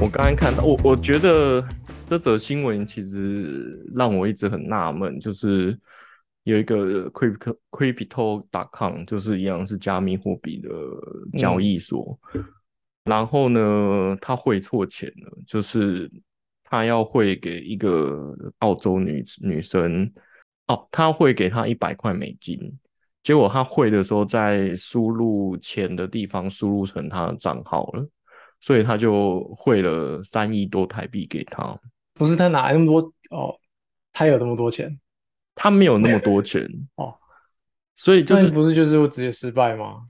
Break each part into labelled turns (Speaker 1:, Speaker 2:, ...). Speaker 1: 我刚刚看到，我我觉得这则新闻其实让我一直很纳闷，就是有一个 crypto crypto.com，就是一样是加密货币的交易所，然后呢，他汇错钱了，就是他要汇给一个澳洲女女生，哦，他会给她一百块美金，结果他汇的时候在输入钱的地方输入成他的账号了。所以他就汇了三亿多台币给他，
Speaker 2: 不是他哪来那么多哦？他有那么多钱
Speaker 1: 他没有那么多钱
Speaker 2: 哦，
Speaker 1: 所以就
Speaker 2: 那
Speaker 1: 是
Speaker 2: 你不是就是会直接失败吗？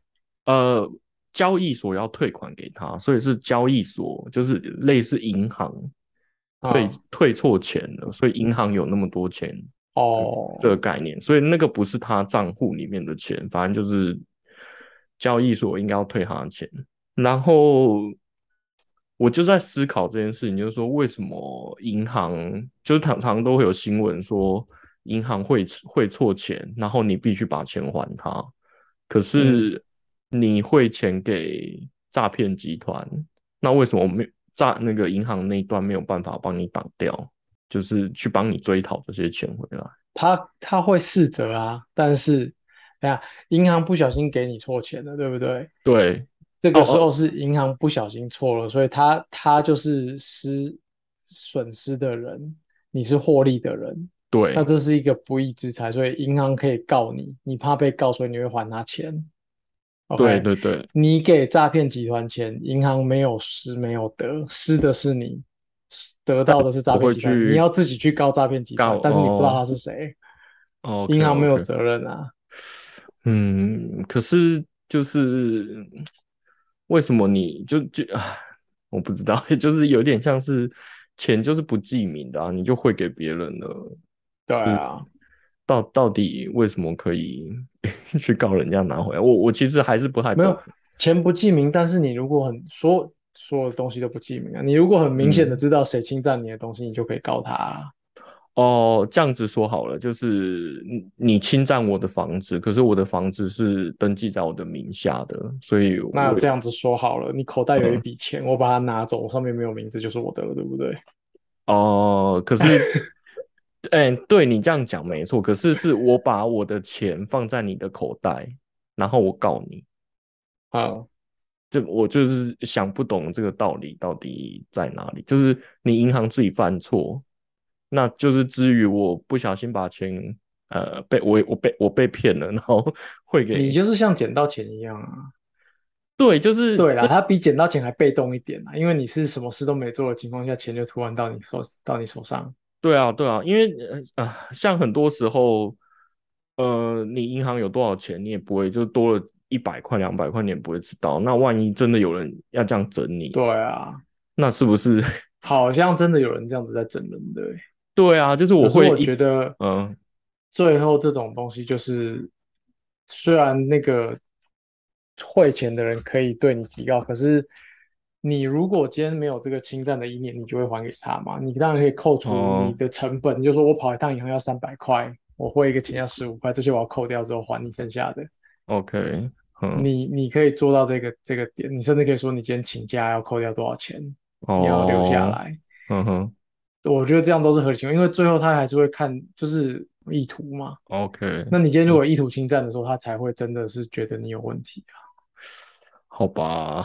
Speaker 1: 呃，交易所要退款给他，所以是交易所就是类似银行
Speaker 2: 啊
Speaker 1: 退、退错钱了，所以
Speaker 2: 嗯
Speaker 1: 银行有那么多钱
Speaker 2: 哦，
Speaker 1: 这个概念，所以那个不是他账户里面的钱，反正就是交易所应该要退他的钱。然后我就在思考这件事情，就是说为什么银行就是常常都会有新闻说银行汇汇错钱，然后你必须把钱还他，可是你汇钱给诈骗集团，那为什么没有诈那个银行那一端没有办法帮你挡掉？就是去帮你追讨这些钱回来。
Speaker 2: 他他会试责啊，但是哎呀，银行不小心给你错钱了，对不对？
Speaker 1: 对，
Speaker 2: 这个
Speaker 1: 哦
Speaker 2: 时候是银行不小心错了，所以他他就是失损失的人，你是获利的人，
Speaker 1: 对
Speaker 2: 那，这是一个不义之财，所以银行可以告你，你怕被告，所以你会还他钱。OK，
Speaker 1: 对，对，对，
Speaker 2: 你给诈骗集团钱，银行没有失没有得，失的是你，得到的是诈
Speaker 1: 不
Speaker 2: 骗
Speaker 1: 会
Speaker 2: 集团，你
Speaker 1: 去
Speaker 2: 要自己去告诈骗集团
Speaker 1: 告，
Speaker 2: 但是你不知道
Speaker 1: 哦
Speaker 2: 他是谁，
Speaker 1: 哦，
Speaker 2: 银行没有
Speaker 1: OK，OK
Speaker 2: 责任啊。
Speaker 1: 嗯，可是就是为什么你就就唉我不知道， 就是有点像是钱就是不记名的啊，你就汇给别人了，
Speaker 2: 对
Speaker 1: 嗯
Speaker 2: 啊，
Speaker 1: 到到底为什么可以 去告人家拿回来？我我其实还是不太
Speaker 2: 没有
Speaker 1: 懂，
Speaker 2: 钱不记名，但是你如果很所所有东西都不记名啊，你如果很明显
Speaker 1: 嗯
Speaker 2: 的知道谁侵占你的东西，你就可以告他啊。
Speaker 1: 哦，这样子说好了，就是你你侵占我的房子，可是我的房子是登记在我的名下的，所以
Speaker 2: 那
Speaker 1: 我
Speaker 2: 这样子说好了，你口袋有一
Speaker 1: 嗯
Speaker 2: 笔钱，我把它拿走，上面没有名字就是我的了，对不对？
Speaker 1: 哦，可是， 哎、对你这样讲没错，可是是我把我的钱放在你的口袋，然后我告你，
Speaker 2: 啊，
Speaker 1: 这我就是想不懂这个道理到底在哪里。就是你银行自己犯错，那就是至于我不小心把钱，呃，被我我被我被骗了，然后汇给
Speaker 2: 你就是像捡到钱一样啊。
Speaker 1: 对，就是
Speaker 2: 对啦，
Speaker 1: 这
Speaker 2: 他比捡到钱还被动一点啊啦，因为你是什么事都没做的情况下，钱就突然到你手到你手上。
Speaker 1: 对啊，对啊，因为呃啊，像很多时候，呃，你银行有多少钱，你也不会就多了一百块、两百块，你也不会知道。那万一真的有人要这样整你，
Speaker 2: 对啊，
Speaker 1: 那是不是？
Speaker 2: 好像真的有人这样子在整人的欸、
Speaker 1: 对啊，就是
Speaker 2: 可
Speaker 1: 我
Speaker 2: 是
Speaker 1: 会
Speaker 2: 我
Speaker 1: 一
Speaker 2: 觉得
Speaker 1: 嗯，
Speaker 2: 最后这种东西就是，虽然那个汇钱的人可以对你提告，可是你如果今天没有这个侵占的意念，你就会还给他嘛。你当然可以扣除
Speaker 1: 哦
Speaker 2: 你的成本，你就说我跑一趟银行要三百块，我汇一个钱要十五块，这些我要扣掉之后还你剩下的。
Speaker 1: ，OK，嗯，
Speaker 2: 你你可以做到这个这个点，你甚至可以说你今天请假要扣掉多少钱，你
Speaker 1: 你
Speaker 2: 要留下，来。
Speaker 1: 哦嗯哼
Speaker 2: 我觉得这样都是合理情况，因为最后他还是会看就是意图嘛。
Speaker 1: ，OK，
Speaker 2: 那你今天如果意图侵占的时候，他才会真的是觉得你有问题啊。
Speaker 1: 好吧，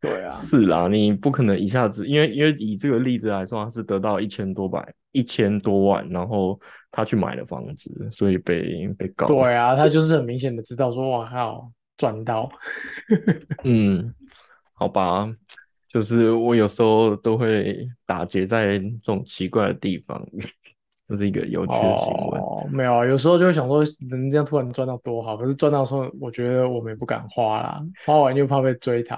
Speaker 2: 对啊，
Speaker 1: 是啦，你不可能一下子，因为因为以这个例子来说，他是得到一千多百、一千多万，然后他去买了房子，所以被被告。
Speaker 2: 对啊，他就是很明显的知道说，哇靠，赚到。
Speaker 1: 嗯，好吧，就是我有时候都会打结在这种奇怪的地方， 这是一个有趣的新闻。
Speaker 2: 哦，没有啊，有时候就会想说，人家突然赚到多好，可是赚到的时候，我觉得我们也不敢花啦，花完又怕被追讨。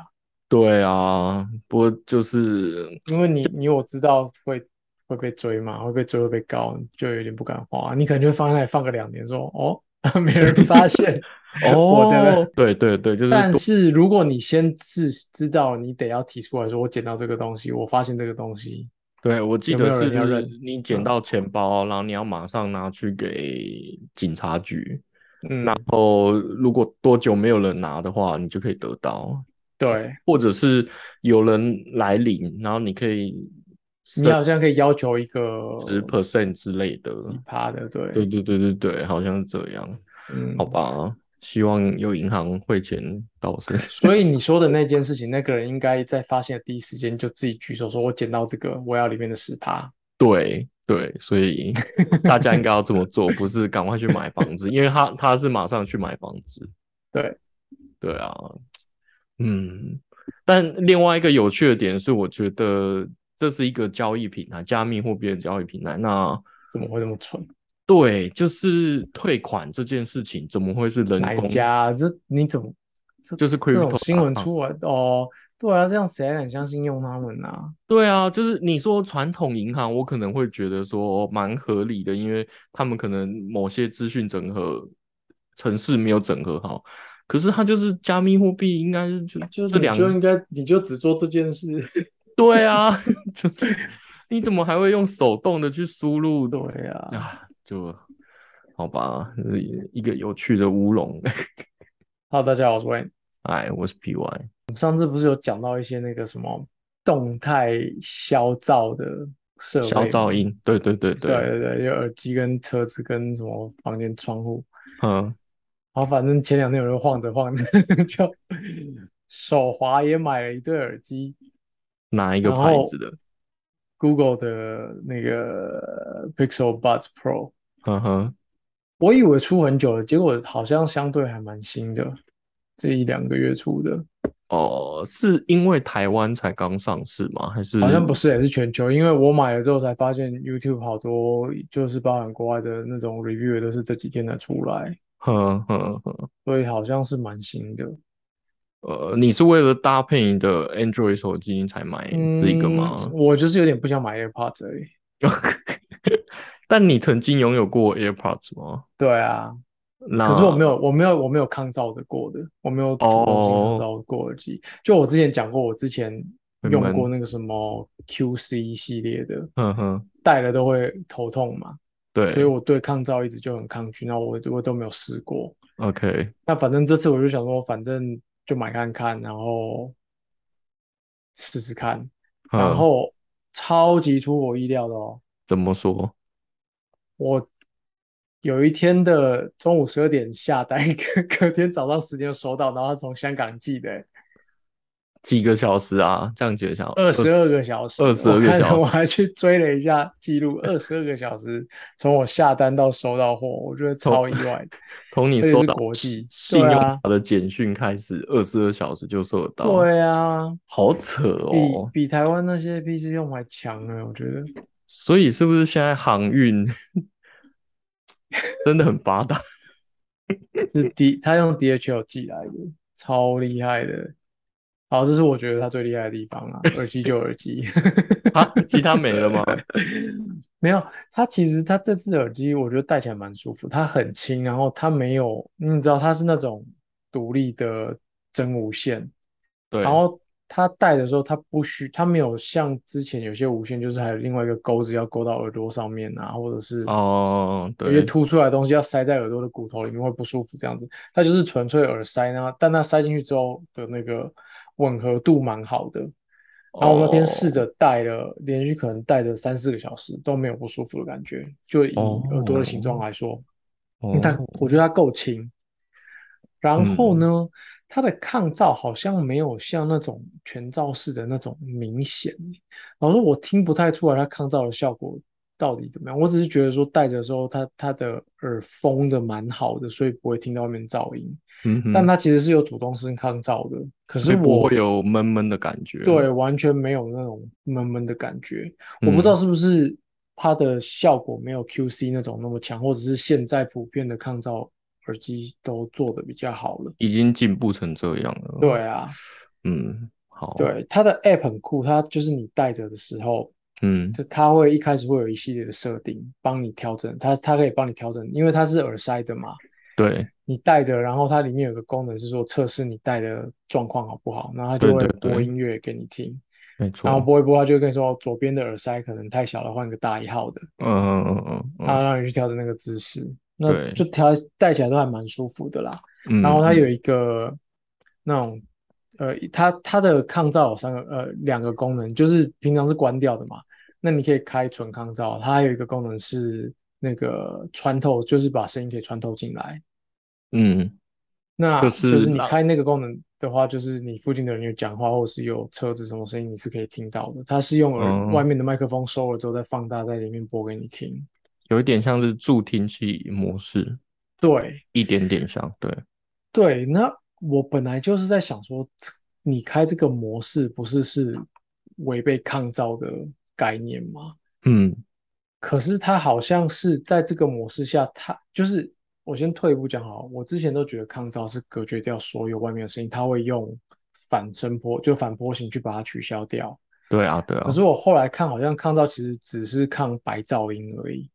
Speaker 1: 对啊，不过就是
Speaker 2: 因为你你我知道会会被追嘛，会被追会被告，就有点不敢花。你可能就放在那里放个两年，说哦， 没人发现。 我的
Speaker 1: 哦，对对对， 就是
Speaker 2: 但
Speaker 1: 多
Speaker 2: 是如果你先自知道，你得要提出来说，我捡到这个东西，我发现这个东西，
Speaker 1: 对我记
Speaker 2: 有没
Speaker 1: 得
Speaker 2: 有人要
Speaker 1: 是
Speaker 2: 认
Speaker 1: 你捡
Speaker 2: 嗯
Speaker 1: 到钱包，然后你要马上拿去给警察局，
Speaker 2: 嗯，
Speaker 1: 然后如果多久没有人拿的话，你就可以得到。
Speaker 2: 对
Speaker 1: 或者是有人来领，然后你可以
Speaker 2: 你好像可以要求一个
Speaker 1: 十 percent 之类的。
Speaker 2: 几趴的，对，
Speaker 1: 对对对对对，好像是这样，
Speaker 2: 嗯
Speaker 1: 好吧？希望有银行汇钱到我身上。
Speaker 2: 所以你说的那件事情，那个人应该在发现的第一时间就自己举手说：“我捡到这个，我要里面的十趴。
Speaker 1: 对对，所以大家应该要这么做，不是赶快去买房子，因为他他是马上去买房子。
Speaker 2: 对
Speaker 1: 对啊，嗯，但另外一个有趣的点是，我觉得这是一个交易平台，加密货币的交易平台。那”
Speaker 2: 怎么会这么蠢？
Speaker 1: 对，就是退款这件事情，怎么会是人
Speaker 2: 哪一
Speaker 1: 工？
Speaker 2: 家？这你怎么这
Speaker 1: 就是
Speaker 2: 这种
Speaker 1: crypto 啊
Speaker 2: 新闻
Speaker 1: 大
Speaker 2: 出来哦？对啊，这样谁还敢相信用他们啊？
Speaker 1: 对啊，就是你说传统银行，我可能会觉得说蛮合理的，因为他们可能某些资讯整合城市没有整合好。可是它就是加密货币，应该是就
Speaker 2: 哎就
Speaker 1: 这
Speaker 2: 是你
Speaker 1: 两
Speaker 2: 就应该你就只做这 件事。
Speaker 1: 对啊， 就是你怎么还会用手动的去输入？
Speaker 2: 对啊，
Speaker 1: 啊，就好吧，就是一个有趣的乌龙。
Speaker 2: Hello，大家好，我是 Wayne。
Speaker 1: 哎，我是 PY，
Speaker 2: 我们上次不是有讲到一些那个什么动态消噪的设备
Speaker 1: 小噪
Speaker 2: 吗？
Speaker 1: 音，对对对
Speaker 2: 对对对，就耳机跟车子跟什么房间窗户。
Speaker 1: 嗯，
Speaker 2: 然后反正前两天我就晃着晃着 就手滑也买了一对耳机
Speaker 1: 哪一个
Speaker 2: 然
Speaker 1: 牌
Speaker 2: 后
Speaker 1: 子的？
Speaker 2: ，Google 的那个 Pixel Buds Pro。
Speaker 1: 嗯哼，
Speaker 2: 我以为出很久了，结果好像相对还蛮新的，这一两个月出的，
Speaker 1: 哦，是因为台湾才刚上市吗？还是
Speaker 2: 好像不是也、是全球。因为我买了之后才发现 YouTube 好多就是包含国外的那种 review 也都是这几天才出来，
Speaker 1: 哼哼哼，
Speaker 2: 所以好像是蛮新的。
Speaker 1: 呃，你是为了搭配你的 Android 手机你才买这个吗？
Speaker 2: 嗯，我就是有点不想买 AirPods 而已。
Speaker 1: 但你曾经拥有过 AirPods 吗？
Speaker 2: 对啊，
Speaker 1: 那
Speaker 2: 可是我没有，我没有，我没有抗噪的过的，我没有主动性
Speaker 1: 哦
Speaker 2: 抗噪过耳机。就我之前讲过，我之前
Speaker 1: 很
Speaker 2: 用
Speaker 1: 闷
Speaker 2: 过那个什么 QC 系列的，
Speaker 1: 哼哼，
Speaker 2: 戴了都会头痛嘛，
Speaker 1: 对，
Speaker 2: 所以我对抗噪一直就很抗拒。那我我都没有试过。
Speaker 1: OK，
Speaker 2: 那反正这次我就想说，反正就买看看，然后试试看。然
Speaker 1: 嗯
Speaker 2: 后超级出我意料的哦，
Speaker 1: 怎么说？
Speaker 2: 我有一天的中午十二点下单，隔隔天早上十点就收到，然后他从香港寄的，
Speaker 1: 几个小时啊？这样几个小时？
Speaker 2: 二十二个小时，
Speaker 1: 22
Speaker 2: 我
Speaker 1: 个
Speaker 2: 看
Speaker 1: 小时
Speaker 2: 我还去追了一下记录，二十二个小时从我下单到收到货，我觉得超意外的。
Speaker 1: 从你
Speaker 2: 而且
Speaker 1: 收
Speaker 2: 是
Speaker 1: 到
Speaker 2: 国际
Speaker 1: 信
Speaker 2: 对
Speaker 1: 用
Speaker 2: 啊
Speaker 1: 卡的简讯开始，二十二小时就收 得到，，
Speaker 2: 对啊，
Speaker 1: 好扯
Speaker 2: 比
Speaker 1: 哦。
Speaker 2: 比台湾那些 PC 用还强了，我觉得。
Speaker 1: 所以是不是现在航运 真的很发达？
Speaker 2: 是 D，他用 DHL 寄来的，超厉害的。好，这是我觉得他最厉害的地方啊，耳机就耳机。
Speaker 1: 啊，其他没了吗？
Speaker 2: 没有，它其实它这次的耳机，我觉得戴起来蛮舒服，它很轻，然后它没有，你知道它是那种独立的真无线，
Speaker 1: 对，
Speaker 2: 然后它戴的时候它不需，它没有像之前有些无线就是还有另外一个钩子要勾到耳朵上面啊，或者是
Speaker 1: 哦，
Speaker 2: 有些
Speaker 1: 对，
Speaker 2: 凸出来的东西要塞在耳朵的骨头里面会不舒服，这样子，它就是纯粹耳塞呢，但它塞进去之后的那个吻合度蛮好的。然
Speaker 1: 哦
Speaker 2: 后我那天试着戴了，连续可能戴了三四个小时都没有不舒服的感觉，就以耳朵的形状来说，
Speaker 1: 哦，
Speaker 2: 因为它
Speaker 1: 哦
Speaker 2: 我觉得它够轻。然后
Speaker 1: 嗯
Speaker 2: 呢，它的抗噪好像没有像那种全罩式的那种明显，老实说我听不太出来它抗噪的效果到底怎么样。我只是觉得说戴着的时候它，它的耳封的蛮好的，所以不会听到外面噪音。
Speaker 1: 嗯哼
Speaker 2: 但它其实是有主动性抗噪的，可
Speaker 1: 所
Speaker 2: 是
Speaker 1: 以不
Speaker 2: 我
Speaker 1: 会有闷闷的感觉。
Speaker 2: 对，完全没有那种闷闷的感觉。我不
Speaker 1: 嗯
Speaker 2: 知道是不是它的效果没有 QC 那种那么强，或者是现在普遍的抗噪耳机都做的比较好了。
Speaker 1: 已经进步成这样了。
Speaker 2: 对，啊，
Speaker 1: 嗯，好，，
Speaker 2: 对，它的 App 很酷，它就是你戴着的时候，
Speaker 1: 嗯，
Speaker 2: 就它会一开始会有一系列的设定帮你调整，它它可以帮你调整，因为它是耳塞的嘛，
Speaker 1: 对，
Speaker 2: 你戴着，然后它里面有个功能是说测试你戴的状况好不好，然后它就
Speaker 1: 对
Speaker 2: 会
Speaker 1: 对对
Speaker 2: 播音乐给你听。
Speaker 1: 没
Speaker 2: 然后
Speaker 1: 错，
Speaker 2: 播一播，他就会跟你说哦左边的耳塞可能太小了，换个大一号的，
Speaker 1: 嗯嗯嗯嗯
Speaker 2: 他让你去调整那个姿势，
Speaker 1: 对
Speaker 2: 那就调戴起来都还蛮舒服的啦。
Speaker 1: 嗯，
Speaker 2: 然后它
Speaker 1: 嗯
Speaker 2: 有一个那种呃，它它的抗噪有三个呃两个功能，就是平常是关掉的嘛，那你可以开纯抗噪，它还有一个功能是那个穿透，就是把声音可以穿透进来。
Speaker 1: 嗯，
Speaker 2: 那
Speaker 1: 就是
Speaker 2: 就是你
Speaker 1: 让
Speaker 2: 开那个功能的话，就是你附近的人有讲话或是有车子什么声音，你是可以听到的。它是用耳外
Speaker 1: 哦，
Speaker 2: 面的麦克风收了之后再放大在里面播给你听。
Speaker 1: 有一点像是助听器模式，
Speaker 2: 对
Speaker 1: 一点点像，对，
Speaker 2: 对，那我本来就是在想说，这你开这个模式不是是违背抗噪的概念吗？
Speaker 1: 嗯
Speaker 2: 可是它好像是在这个模式下，它就是我先退一步讲好了，我之前都觉得抗噪是隔绝掉所有外面的声音，它会用反声波就反波形去把它取消掉。
Speaker 1: 对啊，对
Speaker 2: 可
Speaker 1: 啊，
Speaker 2: 是我后来看，好像抗噪其实只是抗白噪音而已。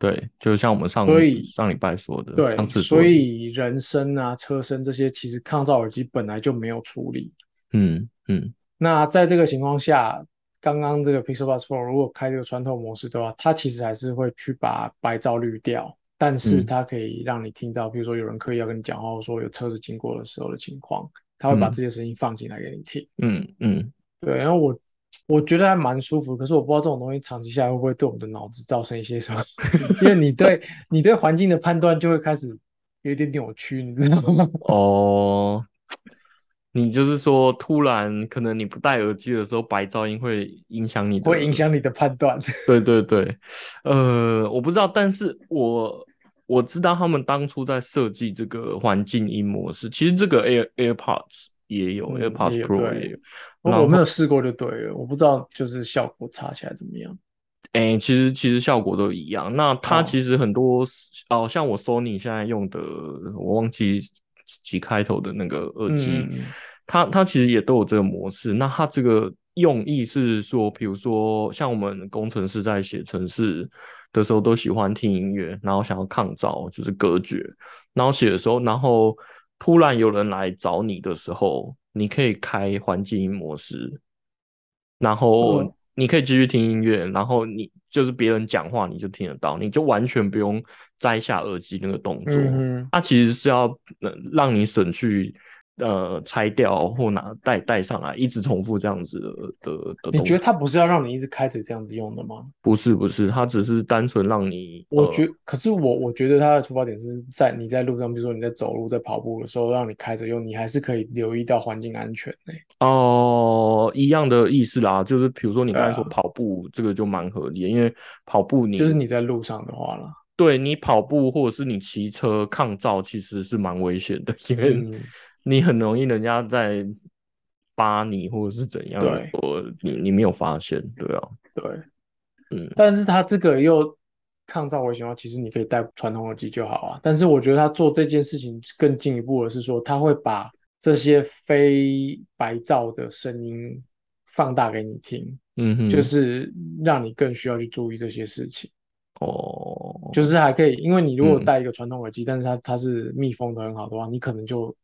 Speaker 1: 对，就像我们上
Speaker 2: 所以，
Speaker 1: 上礼拜说的，上
Speaker 2: 对，
Speaker 1: 次
Speaker 2: 所
Speaker 1: 说的，
Speaker 2: 以人声啊、车声这些，其实抗噪耳机本来就没有处理。
Speaker 1: 嗯嗯
Speaker 2: 那在这个情况下，刚刚这个 Pixel Buds Pro 如果开这个穿透模式的话，它其实还是会去把白噪滤掉，但是
Speaker 1: 嗯
Speaker 2: 它可以让你听到，比如说有人刻意要跟你讲话，或者说有车子经过的时候的情况，它会把
Speaker 1: 嗯
Speaker 2: 这些声音放进来给你听。
Speaker 1: 嗯嗯，
Speaker 2: 对，然后我我觉得还蛮舒服，可是我不知道这种东西长期下来会不会对我们的脑子造成一些什么， 因为你对你对环境的判断就会开始有一点扭曲，你知道吗？
Speaker 1: 哦，你就是说，突然可能你不戴耳机的时候，白噪音会影响你的，
Speaker 2: 会影响你的判断。
Speaker 1: 对对对，呃，我不知道，但是我我知道他们当初在设计这个环境音模式，其实这个 Air AirPods 也有
Speaker 2: 嗯，
Speaker 1: ，AirPods
Speaker 2: 也有
Speaker 1: Pro 也
Speaker 2: 对，
Speaker 1: 有，
Speaker 2: 我我
Speaker 1: 然
Speaker 2: 没
Speaker 1: 后
Speaker 2: 有试过就对了，我不知道就是效果差起来怎么样。
Speaker 1: 诶、其实其实效果都一样。那它
Speaker 2: 哦，
Speaker 1: 其实很多哦，像我 Sony 现在用的，我忘记几开头的那个耳机，
Speaker 2: 嗯嗯
Speaker 1: 它它其实也都有这个模式。那它这个用意是说，比如说像我们工程师在写程式的时候，都喜欢听音乐，然后想要抗噪，就是隔绝。然后写的时候，然后突然有人来找你的时候，你可以开环境音模式。然后
Speaker 2: 嗯，
Speaker 1: 你可以继续听音乐，然后你就是别人讲话你就听得到，你就完全不用摘下耳机那个动
Speaker 2: 嗯
Speaker 1: 作。
Speaker 2: 哼，
Speaker 1: 它其实是要呃让你省去呃拆掉或拿带带上来，一直重复这样子的的的
Speaker 2: 你
Speaker 1: 动
Speaker 2: 觉
Speaker 1: 作。
Speaker 2: 得它不是要让你一直开着这样子用的吗？
Speaker 1: 不是不是，它只是单纯让你
Speaker 2: 我
Speaker 1: 呃
Speaker 2: 觉，可是我我觉得它的出发点是在你在路上，比如说你在走路、在跑步的时候，让你开着用，你还是可以留意到环境安全呢、
Speaker 1: 哦，一样的意思啦，就是比如说你
Speaker 2: 对
Speaker 1: 刚才说
Speaker 2: 啊，
Speaker 1: 跑步，这个就蛮合理的，因为跑步
Speaker 2: 就是
Speaker 1: 你
Speaker 2: 你在路上的话啦，
Speaker 1: 对你跑步或者是你骑车抗噪其实是蛮危险的，因为
Speaker 2: 嗯，
Speaker 1: 你很容易人家在扒你或者是怎样的时
Speaker 2: 对
Speaker 1: 候，你你没有发现，对啊，
Speaker 2: 对，
Speaker 1: 嗯
Speaker 2: 但是它这个又抗噪危险的话，其实你可以戴传统耳机就好啊。但是我觉得它做这件事情更进一步的是说，它会把这些非白噪的声音放大给你听，
Speaker 1: 嗯
Speaker 2: 就
Speaker 1: 哼，
Speaker 2: 是让你更需要去注意这些事情。
Speaker 1: 哦，
Speaker 2: 就是还可以，因为你如果
Speaker 1: 嗯
Speaker 2: 戴一个传统耳机，但是它它是密封的很好的话，你可能就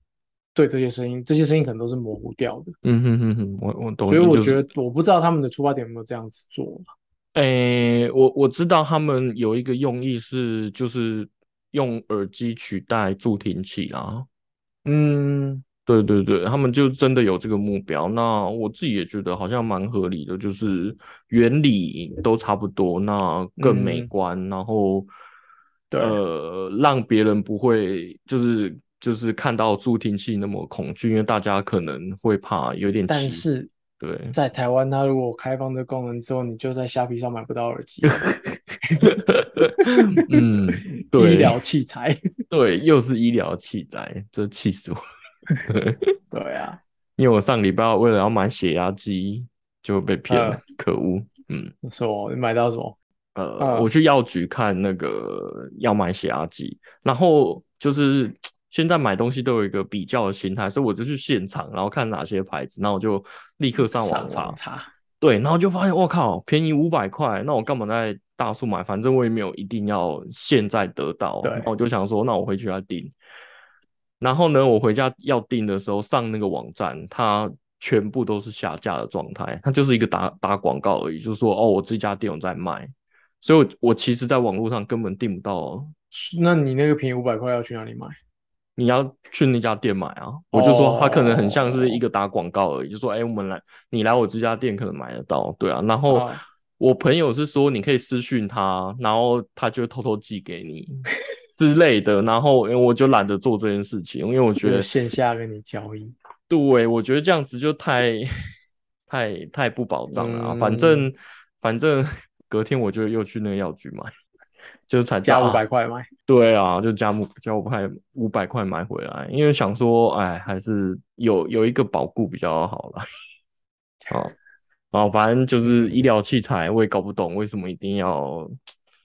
Speaker 2: 对这些声音，这些声音可能都是模糊掉的。
Speaker 1: 嗯哼哼哼，我我
Speaker 2: 所
Speaker 1: 懂
Speaker 2: 以
Speaker 1: 你
Speaker 2: 我
Speaker 1: 哦就
Speaker 2: 觉
Speaker 1: 是。
Speaker 2: 得，我不知道他们的出发点有没有这样子做。啊
Speaker 1: 诶，我我知道他们有一个用意是，就是用耳机取代助听器啊啦。
Speaker 2: 嗯，
Speaker 1: 对对对，他们就真的有这个目标。那我自己也觉得好像蛮合理的，就是原理都差不多，那更美
Speaker 2: 嗯，
Speaker 1: 观，然后
Speaker 2: 对，
Speaker 1: 呃，让别人不会就是就是看到助听器那么恐惧，因为大家可能会怕有点
Speaker 2: 但
Speaker 1: 奇，
Speaker 2: 是
Speaker 1: 对。
Speaker 2: 在台湾，它如果开放这功能之后，你就在虾皮上买不到耳机了，
Speaker 1: 嗯，
Speaker 2: 医
Speaker 1: 对
Speaker 2: 疗器 材。
Speaker 1: 对，又是医疗器材，这气死我了！
Speaker 2: 对啊，
Speaker 1: 因为我上礼拜为了要买血压机，就被骗了，
Speaker 2: 呃，
Speaker 1: 可恶！嗯，
Speaker 2: 你说你买到什么？
Speaker 1: 呃，我
Speaker 2: 呃，
Speaker 1: 去药局看那个要买血压机，然后就是现在买东西都有一个比较的心态，所以我就去现场，然后看哪些牌子，那我就立刻上网
Speaker 2: 上网
Speaker 1: 查，
Speaker 2: 查。
Speaker 1: 对，然后就发现我靠，便宜五百块，那我干嘛在大树买？反正我也没有一定要现在得到，那
Speaker 2: 对，
Speaker 1: 我就想说，那我回去要订。然后呢，我回家要订的时候，上那个网站，它全部都是下架的状态，它就是一个打打广告而已，就是说哦，我这家店有在卖，所以我我其实在网络上根本订不到哦
Speaker 2: 那你那个便宜五百块要去哪里买？
Speaker 1: 你要去那家店买啊。我就说他可能很像是一
Speaker 2: 哦
Speaker 1: 个打广告而已，就说哎、我们来，你来我这家店可能买得到，对啊。然后、
Speaker 2: 啊
Speaker 1: 我朋友是说你可以私讯他，然后他就会偷偷寄给你之类的。然后因为我就懒得做这件事情，因为我觉
Speaker 2: 就
Speaker 1: 得
Speaker 2: 是线下跟你交易，
Speaker 1: 对，我觉得这样子就太太太不保障了啊、反
Speaker 2: 嗯
Speaker 1: 正反正隔天我就又去那个药局买，就是才知
Speaker 2: 加
Speaker 1: 道
Speaker 2: 五
Speaker 1: 啊
Speaker 2: 百块买，
Speaker 1: 对啊，就加五加五块五百块买回来，因为想说，哎，还是有有一个保固比较好啦。好，好，反正就是医疗器材，我也搞不懂为什么一定要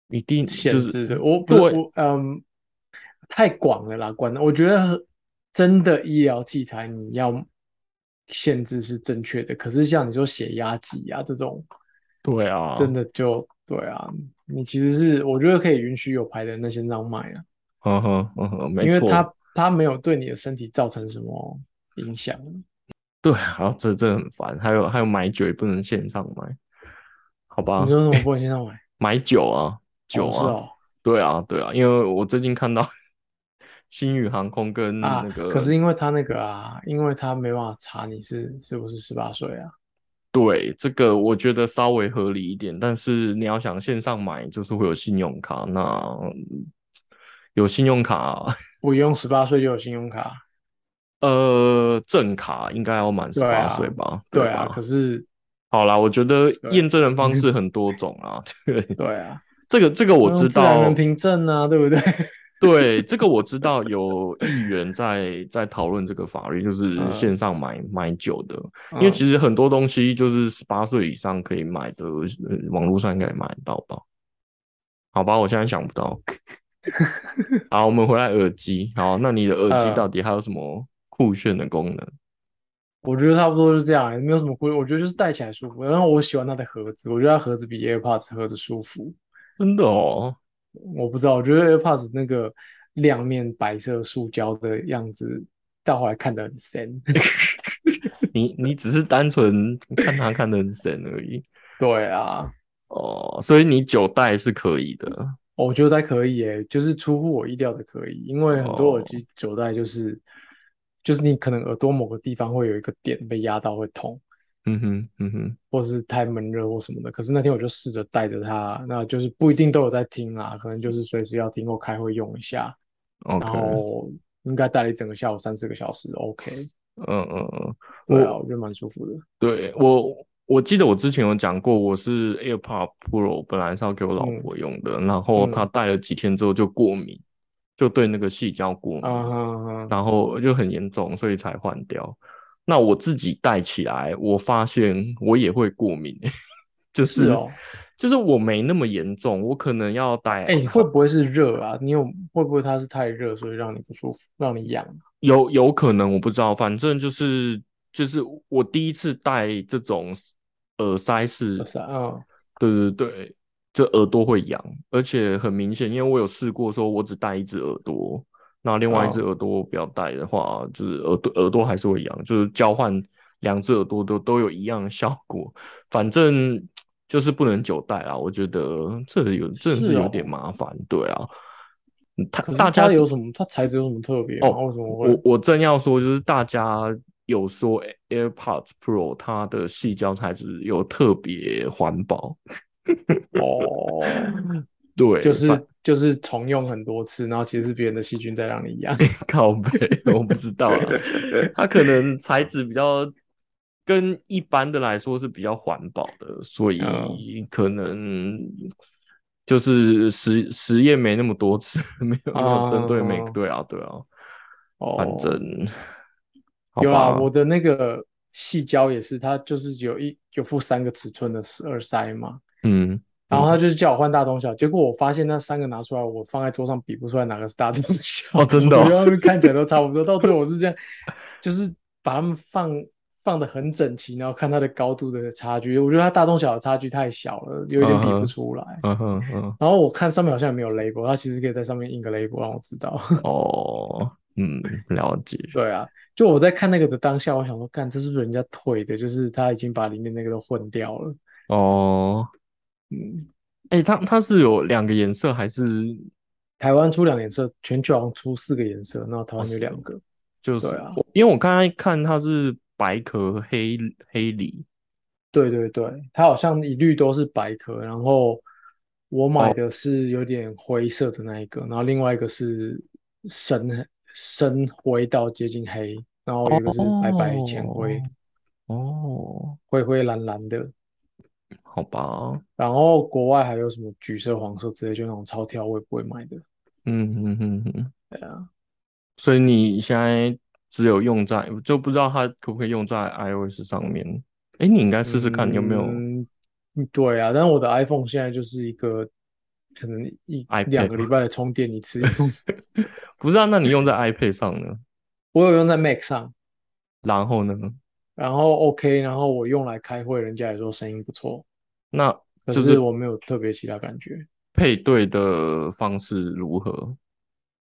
Speaker 1: 一定
Speaker 2: 限
Speaker 1: 就是
Speaker 2: 制的。我不是
Speaker 1: 对
Speaker 2: 我嗯，太广了啦，管我觉得真的医疗器材你要限制是正确的，可是像你说血压计啊这种，
Speaker 1: 对啊，
Speaker 2: 真的就对啊，你其实是我觉得可以允许有牌的那些让卖啊，
Speaker 1: 嗯哼嗯哼，没
Speaker 2: 因为
Speaker 1: 错，
Speaker 2: 它它没有对你的身体造成什么影响。
Speaker 1: 对啊，这这很烦。还有还有买酒也不能线上买，好吧
Speaker 2: 你？说什么不能线上买？
Speaker 1: 买酒啊， 酒啊，
Speaker 2: 哦是哦
Speaker 1: 对啊对啊，因为我最近看到 星宇航空跟
Speaker 2: 啊
Speaker 1: 嗯那个，
Speaker 2: 可是因为他那个啊，因为他没办法查你是是不是十八岁啊，
Speaker 1: 对，这个我觉得稍微合理一点，但是你要想线上买，就是会有信用卡，那嗯有信用卡，
Speaker 2: 不用十八岁就有信用卡，
Speaker 1: 呃，正卡应该要满十
Speaker 2: 对
Speaker 1: 八
Speaker 2: 啊
Speaker 1: 岁吧？
Speaker 2: 对
Speaker 1: 吧
Speaker 2: 啊，可是
Speaker 1: 好啦，我觉得
Speaker 2: 对
Speaker 1: 验证的方式很多种啊，对，
Speaker 2: 对啊，
Speaker 1: 这个这个 我
Speaker 2: 要用
Speaker 1: 知
Speaker 2: 自然
Speaker 1: 道
Speaker 2: 人，凭证啊，对不对？
Speaker 1: 对，这个我知道有议员在在讨论这个法律，就是
Speaker 2: 嗯
Speaker 1: 线上买买酒的， 因为其实很多东西就是十八岁以上可以买的，呃网络上应该也买得到吧？好吧，我现在想不到。好，我们回来耳机。好，那你的耳机
Speaker 2: 嗯
Speaker 1: 到底还有什么酷炫的功能？
Speaker 2: 我觉得差不多就这样、没有什么规，我觉得就是戴起来舒服。然后我喜欢它的盒子，我觉得它盒子比 AirPods 盒子舒服。
Speaker 1: 真的哦，
Speaker 2: 我不知道，我觉得 AirPods 那个亮面白色塑胶的样子，到后来看得很深。
Speaker 1: 你你只是单纯看它看得很神而已
Speaker 2: 对啊，
Speaker 1: 哦，所以你九代是可以的。
Speaker 2: 我觉得还可以耶，就是出乎我意料的可以，因为很
Speaker 1: 哦
Speaker 2: 多耳机九代就是、就是你可能耳朵某个地方会有一个点被压到会痛，
Speaker 1: 嗯哼，嗯哼，
Speaker 2: 或是太闷热或什么的。可是那天我就试着带着它，那就是不一定都有在听啦，可能就是随时要听或开会用一下，然
Speaker 1: OK，
Speaker 2: 后应该带了一整个下午三四个小时，OK，
Speaker 1: 嗯嗯嗯，
Speaker 2: 对
Speaker 1: 我
Speaker 2: 啊，我觉得蛮舒服的。
Speaker 1: 对我，我记得我之前有讲过，我是 AirPod Pro 本来是要给我老
Speaker 2: 嗯
Speaker 1: 婆用的，然后她戴了几天之后就过敏，就对那个细胶过敏，
Speaker 2: 啊哈哈，
Speaker 1: 然后就很严重，所以才换掉。那我自己戴起来，我发现我也会过敏， 就是
Speaker 2: 是哦
Speaker 1: 就是我没那么严重，我可能要戴
Speaker 2: 哎、你会不会是热啊？你有会不会它是太热，所以让你不舒服，让你痒？
Speaker 1: 有有可能我不知道，反正就是就是我第一次戴这种耳塞是
Speaker 2: 就是啊，
Speaker 1: 对对对，这耳朵会痒，而且很明显，因为我有试过说，我只戴一只耳朵，那另外一只
Speaker 2: 哦
Speaker 1: 耳朵不要戴的话，就是耳朵耳朵还是会痒，就是交换两只耳朵都都有一样的效果，反正就是不能久戴啦，我觉得这有真的
Speaker 2: 是
Speaker 1: 是有
Speaker 2: 哦
Speaker 1: 点麻烦，对啊，嗯他
Speaker 2: 可是
Speaker 1: 大家
Speaker 2: 它
Speaker 1: 是
Speaker 2: 有什么？它材质有什么特别吗？
Speaker 1: 哦
Speaker 2: 为什么
Speaker 1: 我
Speaker 2: 会？
Speaker 1: 我正要说，就是大家有说 AirPods Pro 它的细胶材质有特别环保。
Speaker 2: 哦，
Speaker 1: 对，
Speaker 2: 就
Speaker 1: 反
Speaker 2: 是就是重用很多次，然后其实是别人的细菌在让你 痒。
Speaker 1: 靠背，我不知道啦，它可能材质比较跟一般的来说是比较环保的，所以
Speaker 2: 嗯
Speaker 1: 可能就是实实验没那么多次，没有没有针对每个
Speaker 2: 啊
Speaker 1: 对啊对啊，
Speaker 2: 哦，
Speaker 1: 反正好
Speaker 2: 有啦，
Speaker 1: 吧
Speaker 2: 我的那个细胶也是，它就是有一有附三个尺寸的耳塞嘛，
Speaker 1: 嗯，
Speaker 2: 然后他就是叫我换大中小，结果我发现那三个拿出来，我放在桌上比不出来哪个是大中小。
Speaker 1: 哦真的哦
Speaker 2: 我觉得他们看起来都差不多。到最后我是这样，就是把它们放放的很整齐，然后看它的高度的差距。我觉得它大中小的差距太小了，有一点
Speaker 1: 嗯
Speaker 2: 比不
Speaker 1: 哼
Speaker 2: 出来。
Speaker 1: 嗯哼嗯
Speaker 2: 然后我看上面好像也没有 label，它其实可以在上面印个 label 让我知道。
Speaker 1: 哦嗯了解，
Speaker 2: 对啊，就我在看那个的当下，我想说，干这是不是人家退的？就是他已经把里面那个都混掉了。
Speaker 1: 哦，
Speaker 2: 嗯，
Speaker 1: 哎、它它是有两个颜色还是
Speaker 2: 台湾出两个颜色，全球好像出四个颜色，然后台湾
Speaker 1: 哦
Speaker 2: 有
Speaker 1: 是
Speaker 2: 两
Speaker 1: 哦
Speaker 2: 个。
Speaker 1: 就是、
Speaker 2: 对啊
Speaker 1: 我因为我刚才看它是白壳黑黑梨，
Speaker 2: 对对对，它好像一律都是白壳，然后我买
Speaker 1: 哦
Speaker 2: 的是有点灰色的那一个，然后另外一个是深黑深灰到接近黑，然后有一个是白白浅灰，
Speaker 1: 哦，
Speaker 2: 灰灰蓝蓝的。
Speaker 1: 好吧，
Speaker 2: 然后国外还有什么橘色、黄色之类，就那种超挑我也不会买的。
Speaker 1: 嗯嗯嗯嗯，
Speaker 2: 对啊，
Speaker 1: 所以你现在只有用在，就不知道它可不可以用在 iOS 上面。哎，你应该试试看你有没有
Speaker 2: 嗯，对啊，但我的 iPhone 现在就是一个可能一
Speaker 1: iPad
Speaker 2: 两个礼拜的充电一次用，
Speaker 1: 不是啊，那你用在 iPad 上呢？
Speaker 2: 我有用在 Mac 上，
Speaker 1: 然后呢？
Speaker 2: 然后 OK，然后我用来开会，人家也说声音不错，
Speaker 1: 那
Speaker 2: 可
Speaker 1: 就是
Speaker 2: 是我没有特别其他感觉，
Speaker 1: 配对的方式如何？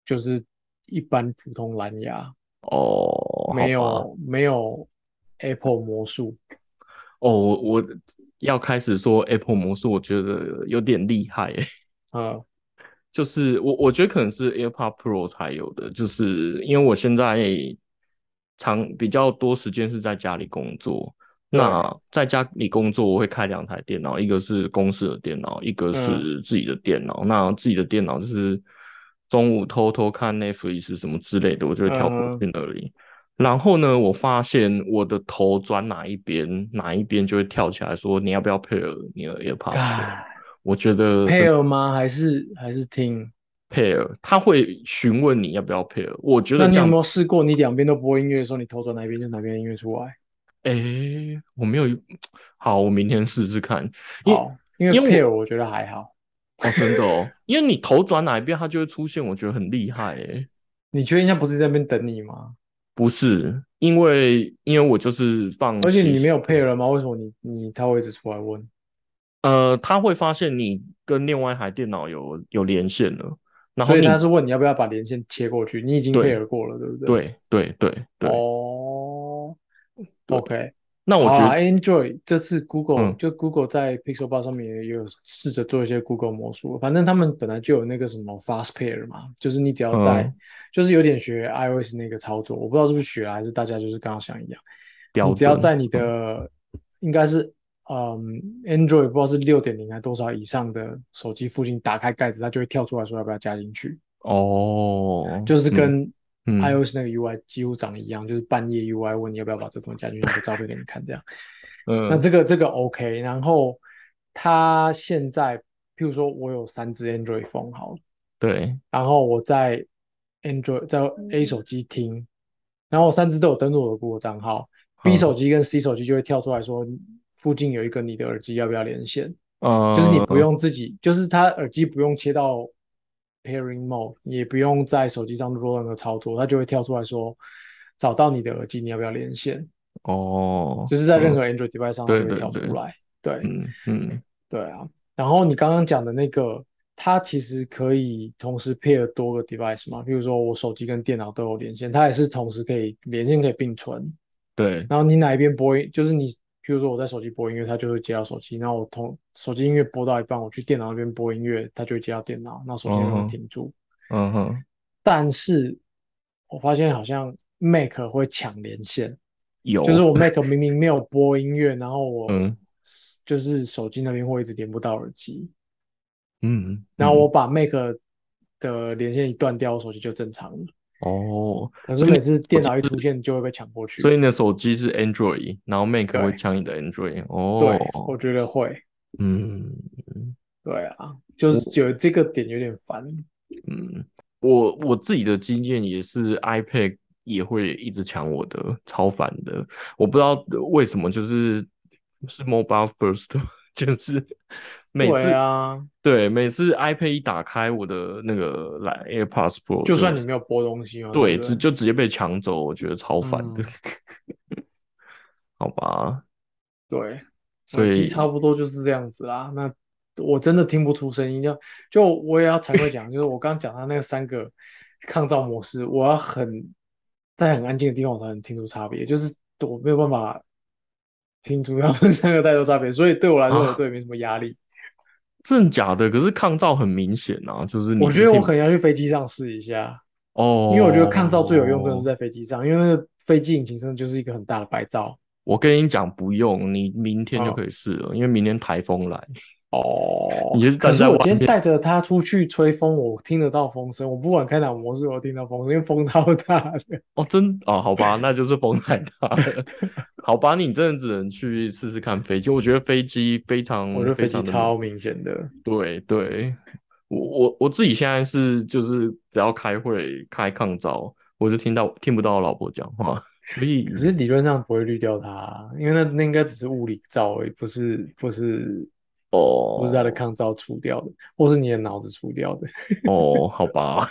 Speaker 2: 就是一般普通蓝牙，
Speaker 1: 哦，好吧
Speaker 2: 没有没有 Apple 魔术，
Speaker 1: 哦，我我要开始说 Apple 魔术，我觉得有点厉害欸
Speaker 2: 呃，
Speaker 1: 就是我我觉得可能是 AirPod Pro 才有的，就是因为我现在长比较多时间是在家里工作。
Speaker 2: 对
Speaker 1: 那在家里工作，我会开两台电脑，一个是公司的电脑，一
Speaker 2: 嗯
Speaker 1: 个是自己的电脑。那自己的电脑就是中午偷偷看 Netflix 什么之类的，我就会跳过
Speaker 2: 嗯哼
Speaker 1: 去那里。然后呢，我发现我的头转哪一边，哪一边就会跳起来说你要不要配合你的 AirPod？Pro？
Speaker 2: 干
Speaker 1: 我觉得啊这
Speaker 2: 配合吗？还是还是听？
Speaker 1: pair，他会询问你要不要 pair。我觉
Speaker 2: 那
Speaker 1: 得
Speaker 2: 你
Speaker 1: 这
Speaker 2: 有
Speaker 1: 样
Speaker 2: 没，有试过，你两边都播音乐的时候，你头转哪一边就哪边的音乐出来？
Speaker 1: 诶，我没有，好，我明天试试看。因为
Speaker 2: 好，因为
Speaker 1: 因为
Speaker 2: pair 我觉得还好。
Speaker 1: 哦，真的哦，因为你头转哪一边，它就会出现，我觉得很厉害诶。
Speaker 2: 你确定他不是在那边等你吗？
Speaker 1: 不是，因为因为我嗯就是放，
Speaker 2: 而且你没有 pair 了吗？为什么你你他会一直出来问？
Speaker 1: 呃，他会发现你跟另外一台电脑有有连线了，然后
Speaker 2: 所以
Speaker 1: 你
Speaker 2: 他是问你要不要把连线切过去，你已经
Speaker 1: 对
Speaker 2: pair 过了，对不对？
Speaker 1: 对对对对，
Speaker 2: 哦
Speaker 1: 对
Speaker 2: ，OK，
Speaker 1: 那我
Speaker 2: 好
Speaker 1: 觉
Speaker 2: 啊
Speaker 1: 得
Speaker 2: ，Android 这次 Google
Speaker 1: 嗯
Speaker 2: 就 Google 在 Pixel 八上面也有试着做一些 Google 魔术，反正他们本来就有那个什么 Fast Pair 嘛，就是你只要在
Speaker 1: 嗯，
Speaker 2: 就是有点学 iOS 那个操作，我不知道是不是学啊，还是大家就是刚刚想一样，
Speaker 1: 标
Speaker 2: 你只要
Speaker 1: 准，嗯
Speaker 2: 在你的应该是嗯 Android 不知道是六点零还多少以上的手机附近打开盖子，它就会跳出来说要不要加进去，
Speaker 1: 哦，
Speaker 2: 就是跟
Speaker 1: 嗯嗯
Speaker 2: iOS 那个 UI 几乎长得一样，就是半夜 UI 问你要不要把这东西加进去，你的照片给你看这样。
Speaker 1: 嗯
Speaker 2: 那这个这个 OK，然后它现在，譬如说我有三只 Android phone 好了，
Speaker 1: 对，
Speaker 2: 然后我在 Android 在 A 手机听，然后我三只都有登录我的 Google 账号，B
Speaker 1: 嗯
Speaker 2: 手机跟 C 手机就会跳出来说附近有一个你的耳机要不要连线，
Speaker 1: 呃，
Speaker 2: 就是你不用自己，就是它耳机不用切到 pairing mode，也不用在手机上做任何操作，它就会跳出来说找到你的耳机你要不要连线，
Speaker 1: 哦，
Speaker 2: 就是在任
Speaker 1: 嗯
Speaker 2: 何 Android device 上它
Speaker 1: 对
Speaker 2: 就会
Speaker 1: 对
Speaker 2: 跳
Speaker 1: 对
Speaker 2: 出来，对。
Speaker 1: 嗯嗯
Speaker 2: 对啊，然后你刚刚讲的那个，它其实可以同时 pair 多个 device 嘛，比如说我手机跟电脑都有连线，它也是同时可以连线可以并存。
Speaker 1: 对，
Speaker 2: 然后你哪一边播音，就是你，比如说我在手机播音乐，它就会接到手机；然后我同手机音乐播到一半，我去电脑那边播音乐，它就会接到电脑，那手机那边
Speaker 1: 哦
Speaker 2: 会停住。
Speaker 1: 嗯哼，
Speaker 2: 但是我发现好像 Mac 会抢连线，
Speaker 1: 有，
Speaker 2: 就是我 Mac 明明没有播音乐，然后我
Speaker 1: 哦嗯
Speaker 2: 就是手机那边会一直连不到耳机。
Speaker 1: 嗯，
Speaker 2: 然后
Speaker 1: 嗯
Speaker 2: 我把 Mac 的连线一断掉，我手机就正常了。
Speaker 1: 哦，
Speaker 2: 可是每次电脑一出现就会被抢过去。
Speaker 1: 所以你的手机是 Android，然后 Mac 会
Speaker 2: 对
Speaker 1: 抢你的 Android，
Speaker 2: 对，
Speaker 1: 哦，
Speaker 2: 我觉得会，
Speaker 1: 嗯
Speaker 2: 对啊，就是有这个点有点烦。
Speaker 1: 嗯，我我自己的经验也是 iPad 也会一直抢我的，超烦的，我不知道为什么，就是是 mobile first，就是 每次
Speaker 2: 对啊，
Speaker 1: 对，每次 iPad 一打开，我的那个来 AirPods Pro，
Speaker 2: 就算
Speaker 1: 是
Speaker 2: 你没有播东西嘛，
Speaker 1: 对，
Speaker 2: 不
Speaker 1: 直就直接被抢走，我觉得超烦的。
Speaker 2: 嗯
Speaker 1: 好吧，
Speaker 2: 对，
Speaker 1: 所
Speaker 2: 耳机
Speaker 1: 以
Speaker 2: 差不多就是这样子啦。那我真的听不出声音，要就我也要惭愧讲，就是我刚刚讲他那三个抗噪模式，我要很在很安静的地方我才能听出差别，就是我没有办法听出他们三个带头差别，所以对我来说，
Speaker 1: 啊
Speaker 2: 我对没什么压力。
Speaker 1: 真的假的？可是抗噪很明显啊，就是你
Speaker 2: 我觉得
Speaker 1: 一
Speaker 2: 我
Speaker 1: 定
Speaker 2: 可能要去飞机上试一下，
Speaker 1: 哦，
Speaker 2: 因为我觉得抗噪最有用真的是在飞机上，因为那个飞机引擎真的就是一个很大的白噪。
Speaker 1: 我跟你讲，不用，你明天就
Speaker 2: 哦
Speaker 1: 可以试了，因为明天台风来，
Speaker 2: 哦，
Speaker 1: 你就是
Speaker 2: 可
Speaker 1: 站
Speaker 2: 是
Speaker 1: 在外
Speaker 2: 我今天
Speaker 1: 面。
Speaker 2: 带着它出去吹风，我听得到风声。我不管开哪个模式，我都听到风声，因为风超大的。
Speaker 1: 哦，真哦，好吧，那就是风太大 了。好吧，你真的只能去试试看飞机。我觉得飞机非常，
Speaker 2: 我觉得飞
Speaker 1: 嗯非
Speaker 2: 机
Speaker 1: 常的嗯
Speaker 2: 超明显的。
Speaker 1: 对对，我我我自己现在是就是只要开会开抗噪，我就听到听不到我老婆讲话，所以
Speaker 2: 可是理论上不会滤掉它啊，因为那那应该只是物理噪而已，不是不是
Speaker 1: 哦
Speaker 2: 不是它的抗噪除掉的，或是你的脑子除掉的。
Speaker 1: 哦，好吧，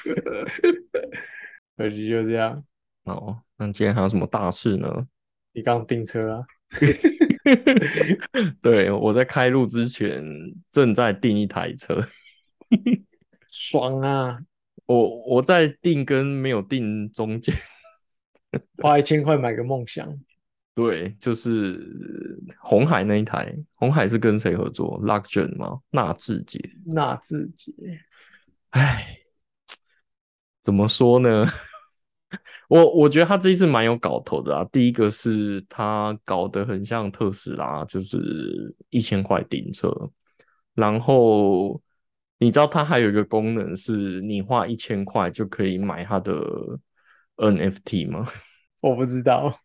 Speaker 2: 耳机就这样，
Speaker 1: 哦， 那今天还有什么大事呢？
Speaker 2: 你刚订车啊？
Speaker 1: 对，我在开录之前正在订一台车，
Speaker 2: 爽啊！
Speaker 1: 我我在订跟没有订中间，
Speaker 2: 花一千块买个梦想，
Speaker 1: 对，就是红海那一台，红海是跟谁合作？Luxgen 吗？纳智捷。
Speaker 2: 纳智捷。
Speaker 1: 唉，怎么说呢？ 我我觉得他这一次蛮有搞头的啊。第一个是他搞得很像特斯拉，就是一千块订车。然后你知道它还有一个功能是，你花一千块就可以买它的 NFT 吗？
Speaker 2: 我不知道，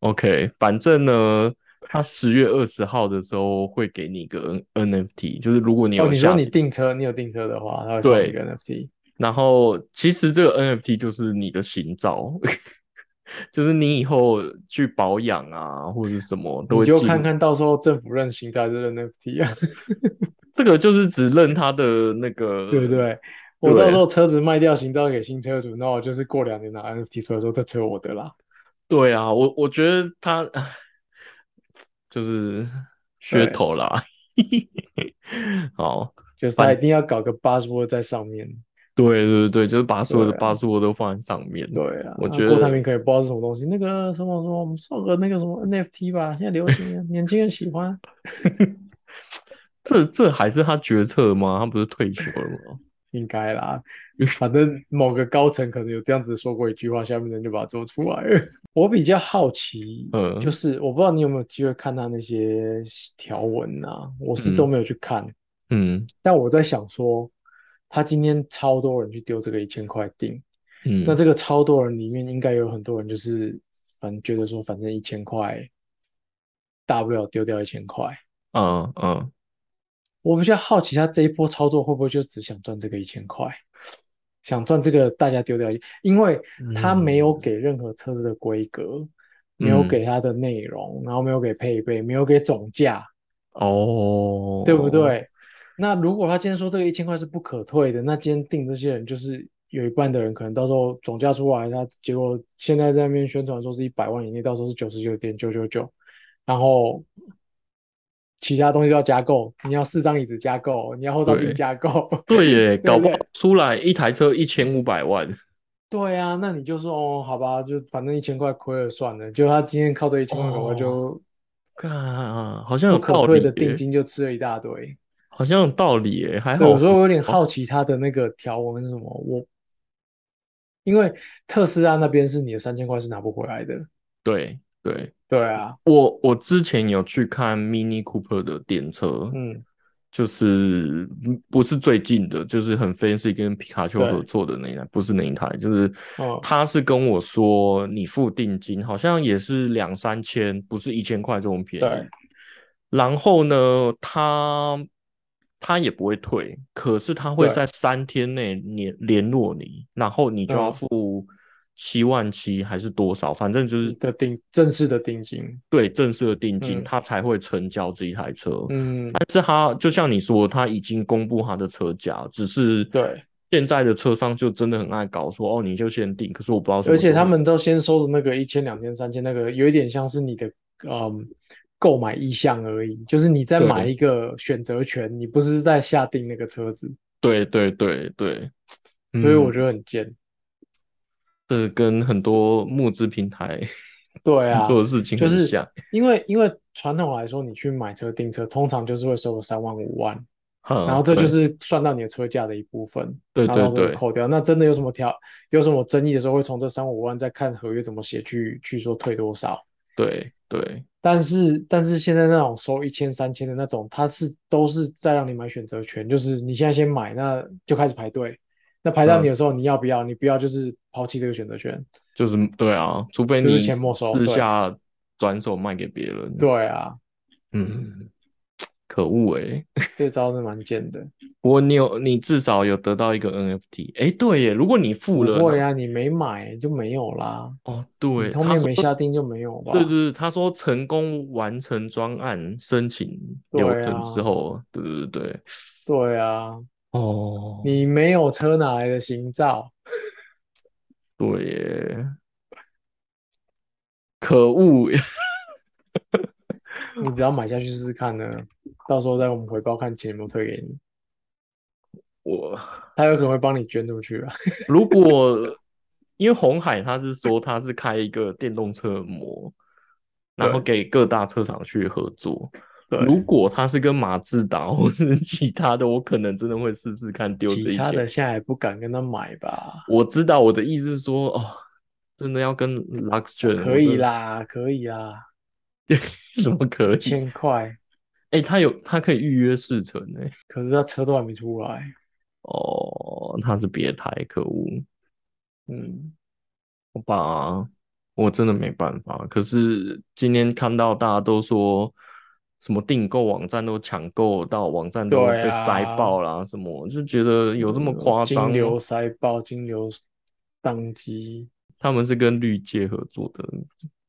Speaker 1: OK，反正呢，他十月二十号的时候会给你一个 N NFT，就是如果你
Speaker 2: 哦，
Speaker 1: 有
Speaker 2: 你说
Speaker 1: 下，
Speaker 2: 你订车，你有订车的话，它会送你一个 NFT。
Speaker 1: 然后其实这个 NFT 就是你的行照， 就是你以后去保养啊或者什么都
Speaker 2: 你
Speaker 1: 会
Speaker 2: 就
Speaker 1: 记
Speaker 2: 看
Speaker 1: 录
Speaker 2: 看到时候政府认行照还是认 NFT 啊，
Speaker 1: 这个就是只认他的那个，
Speaker 2: 对不对？我到时候车子卖掉，行照给新车主，那我就是过两年拿 NFT 出来说这车我的啦。
Speaker 1: 对啊，我我觉得他就是噱
Speaker 2: 对
Speaker 1: 头啦。 好，
Speaker 2: 就是他一定要搞个 buzzword 在上面。
Speaker 1: 对对对，就是把所有的
Speaker 2: 对啊
Speaker 1: buzzword 都放在上面。
Speaker 2: 对啊，
Speaker 1: 我
Speaker 2: 那
Speaker 1: 觉
Speaker 2: 郭台
Speaker 1: 得
Speaker 2: 铭可以不知道是什么东西，那个什么什么，我们送个那个什么 NFT 吧，现在流行啊，年轻人喜欢。
Speaker 1: 这这还是他决策吗？他不是退休了吗？
Speaker 2: 应 该啦，反正某个高层可能有这样子说过一句话，下面人就把它做出来了。我比较好奇，
Speaker 1: 嗯
Speaker 2: 就是我不知道你有没有机会看他那些条文啊，我是
Speaker 1: 嗯
Speaker 2: 都没有去看，
Speaker 1: 嗯
Speaker 2: 但我在想说，他今天超多人去丢这个一千块定，
Speaker 1: 嗯，
Speaker 2: 那这个超多人里面应该有很多人就是，反正觉得说反正一千块，大不了丢掉一千块。
Speaker 1: 嗯嗯，
Speaker 2: 我比较好奇，他这一波操作会不会就只想赚这个一千块，想赚这个大家丢掉一，因为
Speaker 1: 嗯
Speaker 2: 他没有给任何车子的规格，没有
Speaker 1: 嗯
Speaker 2: 给它的内容，然后没有给配备，没有给总价，
Speaker 1: 哦，
Speaker 2: 对不？对？那如果他今天说这个一千块是不可退的，那今天定这些人就是有一半的人可能到时候总价出来，他结果现在在那边宣传说是一百万以内，到时候是九十九点九九九，然后其他东西都要加购，你要四张椅子加购，你要后照镜
Speaker 1: 对
Speaker 2: 加购，
Speaker 1: 对耶，
Speaker 2: 对
Speaker 1: 搞
Speaker 2: 不
Speaker 1: 不
Speaker 2: 对
Speaker 1: 好出来一台车一千五百 万，
Speaker 2: 对啊，那你就说哦，好吧，就反正一千块亏了算了，就他今天靠这一千块，搞不好就
Speaker 1: 看好哦像有
Speaker 2: 不可
Speaker 1: 道
Speaker 2: 退
Speaker 1: 理
Speaker 2: 的定
Speaker 1: 耶，
Speaker 2: 金就吃了一大堆。
Speaker 1: 好像有道理耶，还
Speaker 2: 对，
Speaker 1: 哎好
Speaker 2: 我说我有点好奇它的那个条文是什么，我因为特斯拉那边是你的三千块是拿不回来的，
Speaker 1: 对对，
Speaker 2: 对啊，
Speaker 1: 我我之前有去看 Mini Cooper 的电车，
Speaker 2: 嗯，
Speaker 1: 就是嗯不是最近的，就是很 fancy 跟皮卡丘
Speaker 2: 对
Speaker 1: 合作的那一台，不是那一台，就是
Speaker 2: 哦
Speaker 1: 他是跟我说你付定金，好像也是两三千，不是一千块这种便宜
Speaker 2: 对。
Speaker 1: 然后呢，他他也不会退，可是他会
Speaker 2: 对
Speaker 1: 在三天内联联络你，然后你就要
Speaker 2: 嗯
Speaker 1: 付七万七还是多少，反正就是
Speaker 2: 你的定正式的定金，
Speaker 1: 对正式的定金，
Speaker 2: 嗯
Speaker 1: 他才会成交这一台车。
Speaker 2: 嗯，
Speaker 1: 但是他就像你说，他已经公布他的车价，只是
Speaker 2: 对，
Speaker 1: 现在的车商就真的很爱搞说哦，你就先定，可是我不知道什么
Speaker 2: 而且
Speaker 1: 时候
Speaker 2: 他
Speaker 1: 会
Speaker 2: 们都先收着那个一千、两千、三千，那个有一点像是你的嗯购买意向而已，就是你在
Speaker 1: 对
Speaker 2: 买一个选择权，你不是在下定那个车子，
Speaker 1: 对对对对，
Speaker 2: 所以我
Speaker 1: 嗯
Speaker 2: 觉得很贱，
Speaker 1: 这跟很多募资平台
Speaker 2: 对啊，
Speaker 1: 做的事情
Speaker 2: 就
Speaker 1: 很
Speaker 2: 是
Speaker 1: 像，
Speaker 2: 因为因为传统来说，你去买车订车，通常就是会收个三万五万，
Speaker 1: 嗯
Speaker 2: 然后这就
Speaker 1: 对
Speaker 2: 是算到你的车价的一部分，
Speaker 1: 对
Speaker 2: 然后
Speaker 1: 对
Speaker 2: 到时候
Speaker 1: 对
Speaker 2: 扣掉。那真的有什么条有什么争议的时候，会从这三五万再看合约怎么写去去说退多少。
Speaker 1: 对对
Speaker 2: 但是但是现在那种收一千三千的那种，它是都是在让你买选择权，就是你现在先买，那就开始排队。那排到
Speaker 1: 嗯
Speaker 2: 你的时候，你要不要？你不要就是抛弃这个选择权。
Speaker 1: 就是对啊，除非
Speaker 2: 就
Speaker 1: 你
Speaker 2: 是钱没收
Speaker 1: 私
Speaker 2: 对
Speaker 1: 下转手卖给别人。，
Speaker 2: 对啊，
Speaker 1: 嗯，可恶诶、
Speaker 2: 这招是蛮贱的。
Speaker 1: 不过你有，你至少有得到一个 NFT。诶，对耶，如果你付
Speaker 2: 不
Speaker 1: 了呢，
Speaker 2: 会啊，你没买就没有啦，
Speaker 1: 哦，
Speaker 2: 你
Speaker 1: 对，他
Speaker 2: 后面
Speaker 1: 说
Speaker 2: 没下定就没有吧？
Speaker 1: 对对对，他说成功完成专案申请
Speaker 2: 对
Speaker 1: 流
Speaker 2: 啊
Speaker 1: 程之后，对对对，
Speaker 2: 对啊，
Speaker 1: 哦，
Speaker 2: 你没有车哪来的行照？
Speaker 1: 对耶，可恶 耶，
Speaker 2: 你只要买下去试试看呢，到时候再我们回报看钱有没有退给你，
Speaker 1: 我
Speaker 2: 他有可能会帮你捐出去啊。
Speaker 1: 如果因为红海他是说他是开一个电动车模，然后给各大车厂去合作。
Speaker 2: 对，
Speaker 1: 如果他是跟马自达或是其他的，我可能真的会试试看丢这
Speaker 2: 其
Speaker 1: 一
Speaker 2: 他
Speaker 1: 些。
Speaker 2: 的现在也不敢跟他买吧？
Speaker 1: 我知道我的意思是说，哦，真的要跟 Luxgen
Speaker 2: 可以，啦，可以啦，
Speaker 1: 什么可以？
Speaker 2: 千块，
Speaker 1: 哎、他有他可以预约试乘哎、
Speaker 2: 可是他车都还没出来，
Speaker 1: 哦，他是别台，可恶，
Speaker 2: 嗯，
Speaker 1: 好吧，啊我真的没办法。可是今天看到大家都说什么订购网站都抢购到网站都
Speaker 2: 对
Speaker 1: 被塞
Speaker 2: 啊
Speaker 1: 爆啦、什么，我就觉得有这么
Speaker 2: 嗯
Speaker 1: 夸张
Speaker 2: 金
Speaker 1: 吗？
Speaker 2: 流塞爆，金流宕机，
Speaker 1: 他们是跟绿界合作的，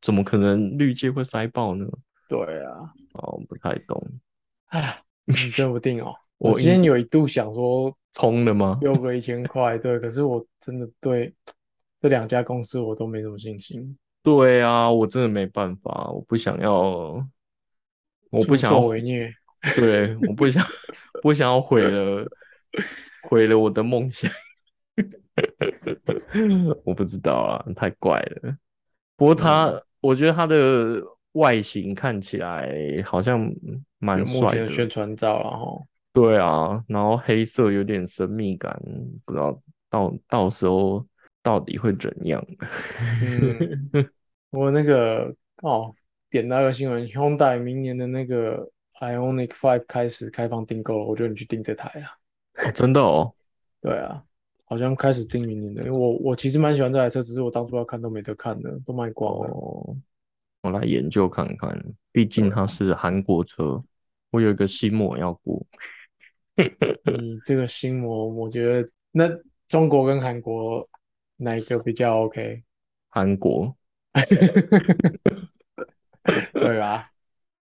Speaker 1: 怎么可能绿界会塞爆呢？
Speaker 2: 对啊，
Speaker 1: 哦，不太懂，
Speaker 2: 唉，你真不定哦。
Speaker 1: 我
Speaker 2: 我今天
Speaker 1: 应
Speaker 2: 有一度想说
Speaker 1: 冲了吗？
Speaker 2: 丢个一千块，对，可是我真的对这两家公司我都没什么信心。
Speaker 1: 对啊，我真的没办法，我不想要，我不
Speaker 2: 助
Speaker 1: 想要
Speaker 2: 纣，为虐，
Speaker 1: 对，我不 想，不想要毁了，毁了我的梦想。 我不知道啊，太怪了。不过他，
Speaker 2: 嗯
Speaker 1: 我觉得他的外形看起来好像蛮
Speaker 2: 有目
Speaker 1: 帅
Speaker 2: 前
Speaker 1: 的
Speaker 2: 的，宣传照然后
Speaker 1: 对啊，然后黑色有点神秘感，不知道到到时候到底会怎样。
Speaker 2: 嗯，我那个哦，点到一个新闻，Hyundai 明年的那个 Ionic Five 开始开放订购了，我觉得你去订这台啦。
Speaker 1: 哦真的哦，
Speaker 2: 对啊，好像开始订明年的，因为我我其实蛮喜欢这台车，只是我当初要看都没得看的，都卖光了。
Speaker 1: 哦，我来研究看看，毕
Speaker 2: 嗯
Speaker 1: 竟它是韩国车，我有一个期末要过。哦
Speaker 2: 你这个心魔，我觉得那中国跟韩国哪一个比较 OK？
Speaker 1: 韩国，
Speaker 2: 对吧？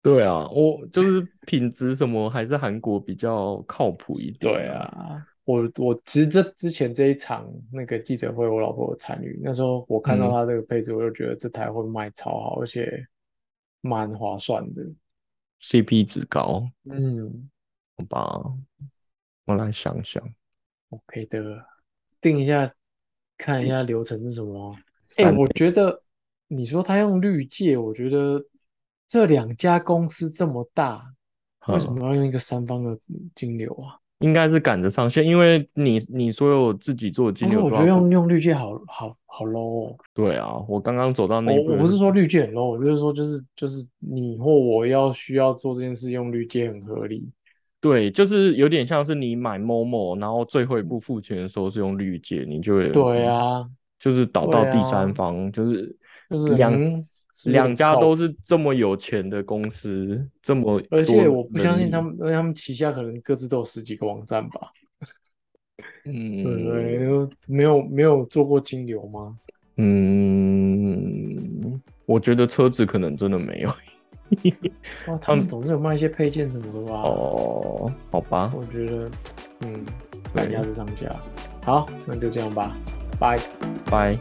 Speaker 1: 对啊，我就是品质什么还是韩国比较靠谱一点。
Speaker 2: 对，啊，我我其实这之前这一场那个记者会，我老婆有参与，那时候我看到
Speaker 1: 嗯
Speaker 2: 它这个配置，我就觉得这台会卖超好，而且蛮划算的。
Speaker 1: ，CP 值高，
Speaker 2: 嗯
Speaker 1: 好吧，我来想想。
Speaker 2: ，OK 的，定一下，看一下流程是什么啊。哎、
Speaker 1: 三
Speaker 2: 我觉得你说他用绿界，我觉得这两家公司这么大，为什
Speaker 1: 嗯
Speaker 2: 么要用一个三方的金流啊？
Speaker 1: 应该是赶得上线，因为你你所有自己做的金
Speaker 2: 但
Speaker 1: 牛
Speaker 2: 是哦我
Speaker 1: 都
Speaker 2: 觉得
Speaker 1: 要
Speaker 2: 用用绿界好好好 low 哦。
Speaker 1: 对啊，我刚刚走到那一步
Speaker 2: 我我不是说绿界很 low，我就是说就是就是你或我要需要做这件事用绿界很合理。
Speaker 1: 对，就是有点像是你买某某，然后最后一步付钱的时候是用绿界，你就会
Speaker 2: 对，啊，
Speaker 1: 就是倒到
Speaker 2: 对啊
Speaker 1: 第三方，就是
Speaker 2: 就是
Speaker 1: 嗯两
Speaker 2: 嗯是不是
Speaker 1: 两家
Speaker 2: 靠
Speaker 1: 都是这么有钱的公司，这么多
Speaker 2: 而且我不相
Speaker 1: 能
Speaker 2: 信
Speaker 1: 力
Speaker 2: 他，们，而且他们旗下可能各自都有十几个网站吧？对不
Speaker 1: 嗯
Speaker 2: 对？没有没有做过金流吗？
Speaker 1: 嗯，我觉得车子可能真的没有
Speaker 2: 哇，他们总是有卖一些配件什么的吧？
Speaker 1: 嗯哦，好吧，
Speaker 2: 我觉得，嗯，
Speaker 1: 对
Speaker 2: 赶鸭子上架。好，那就这样吧，拜。
Speaker 1: 拜。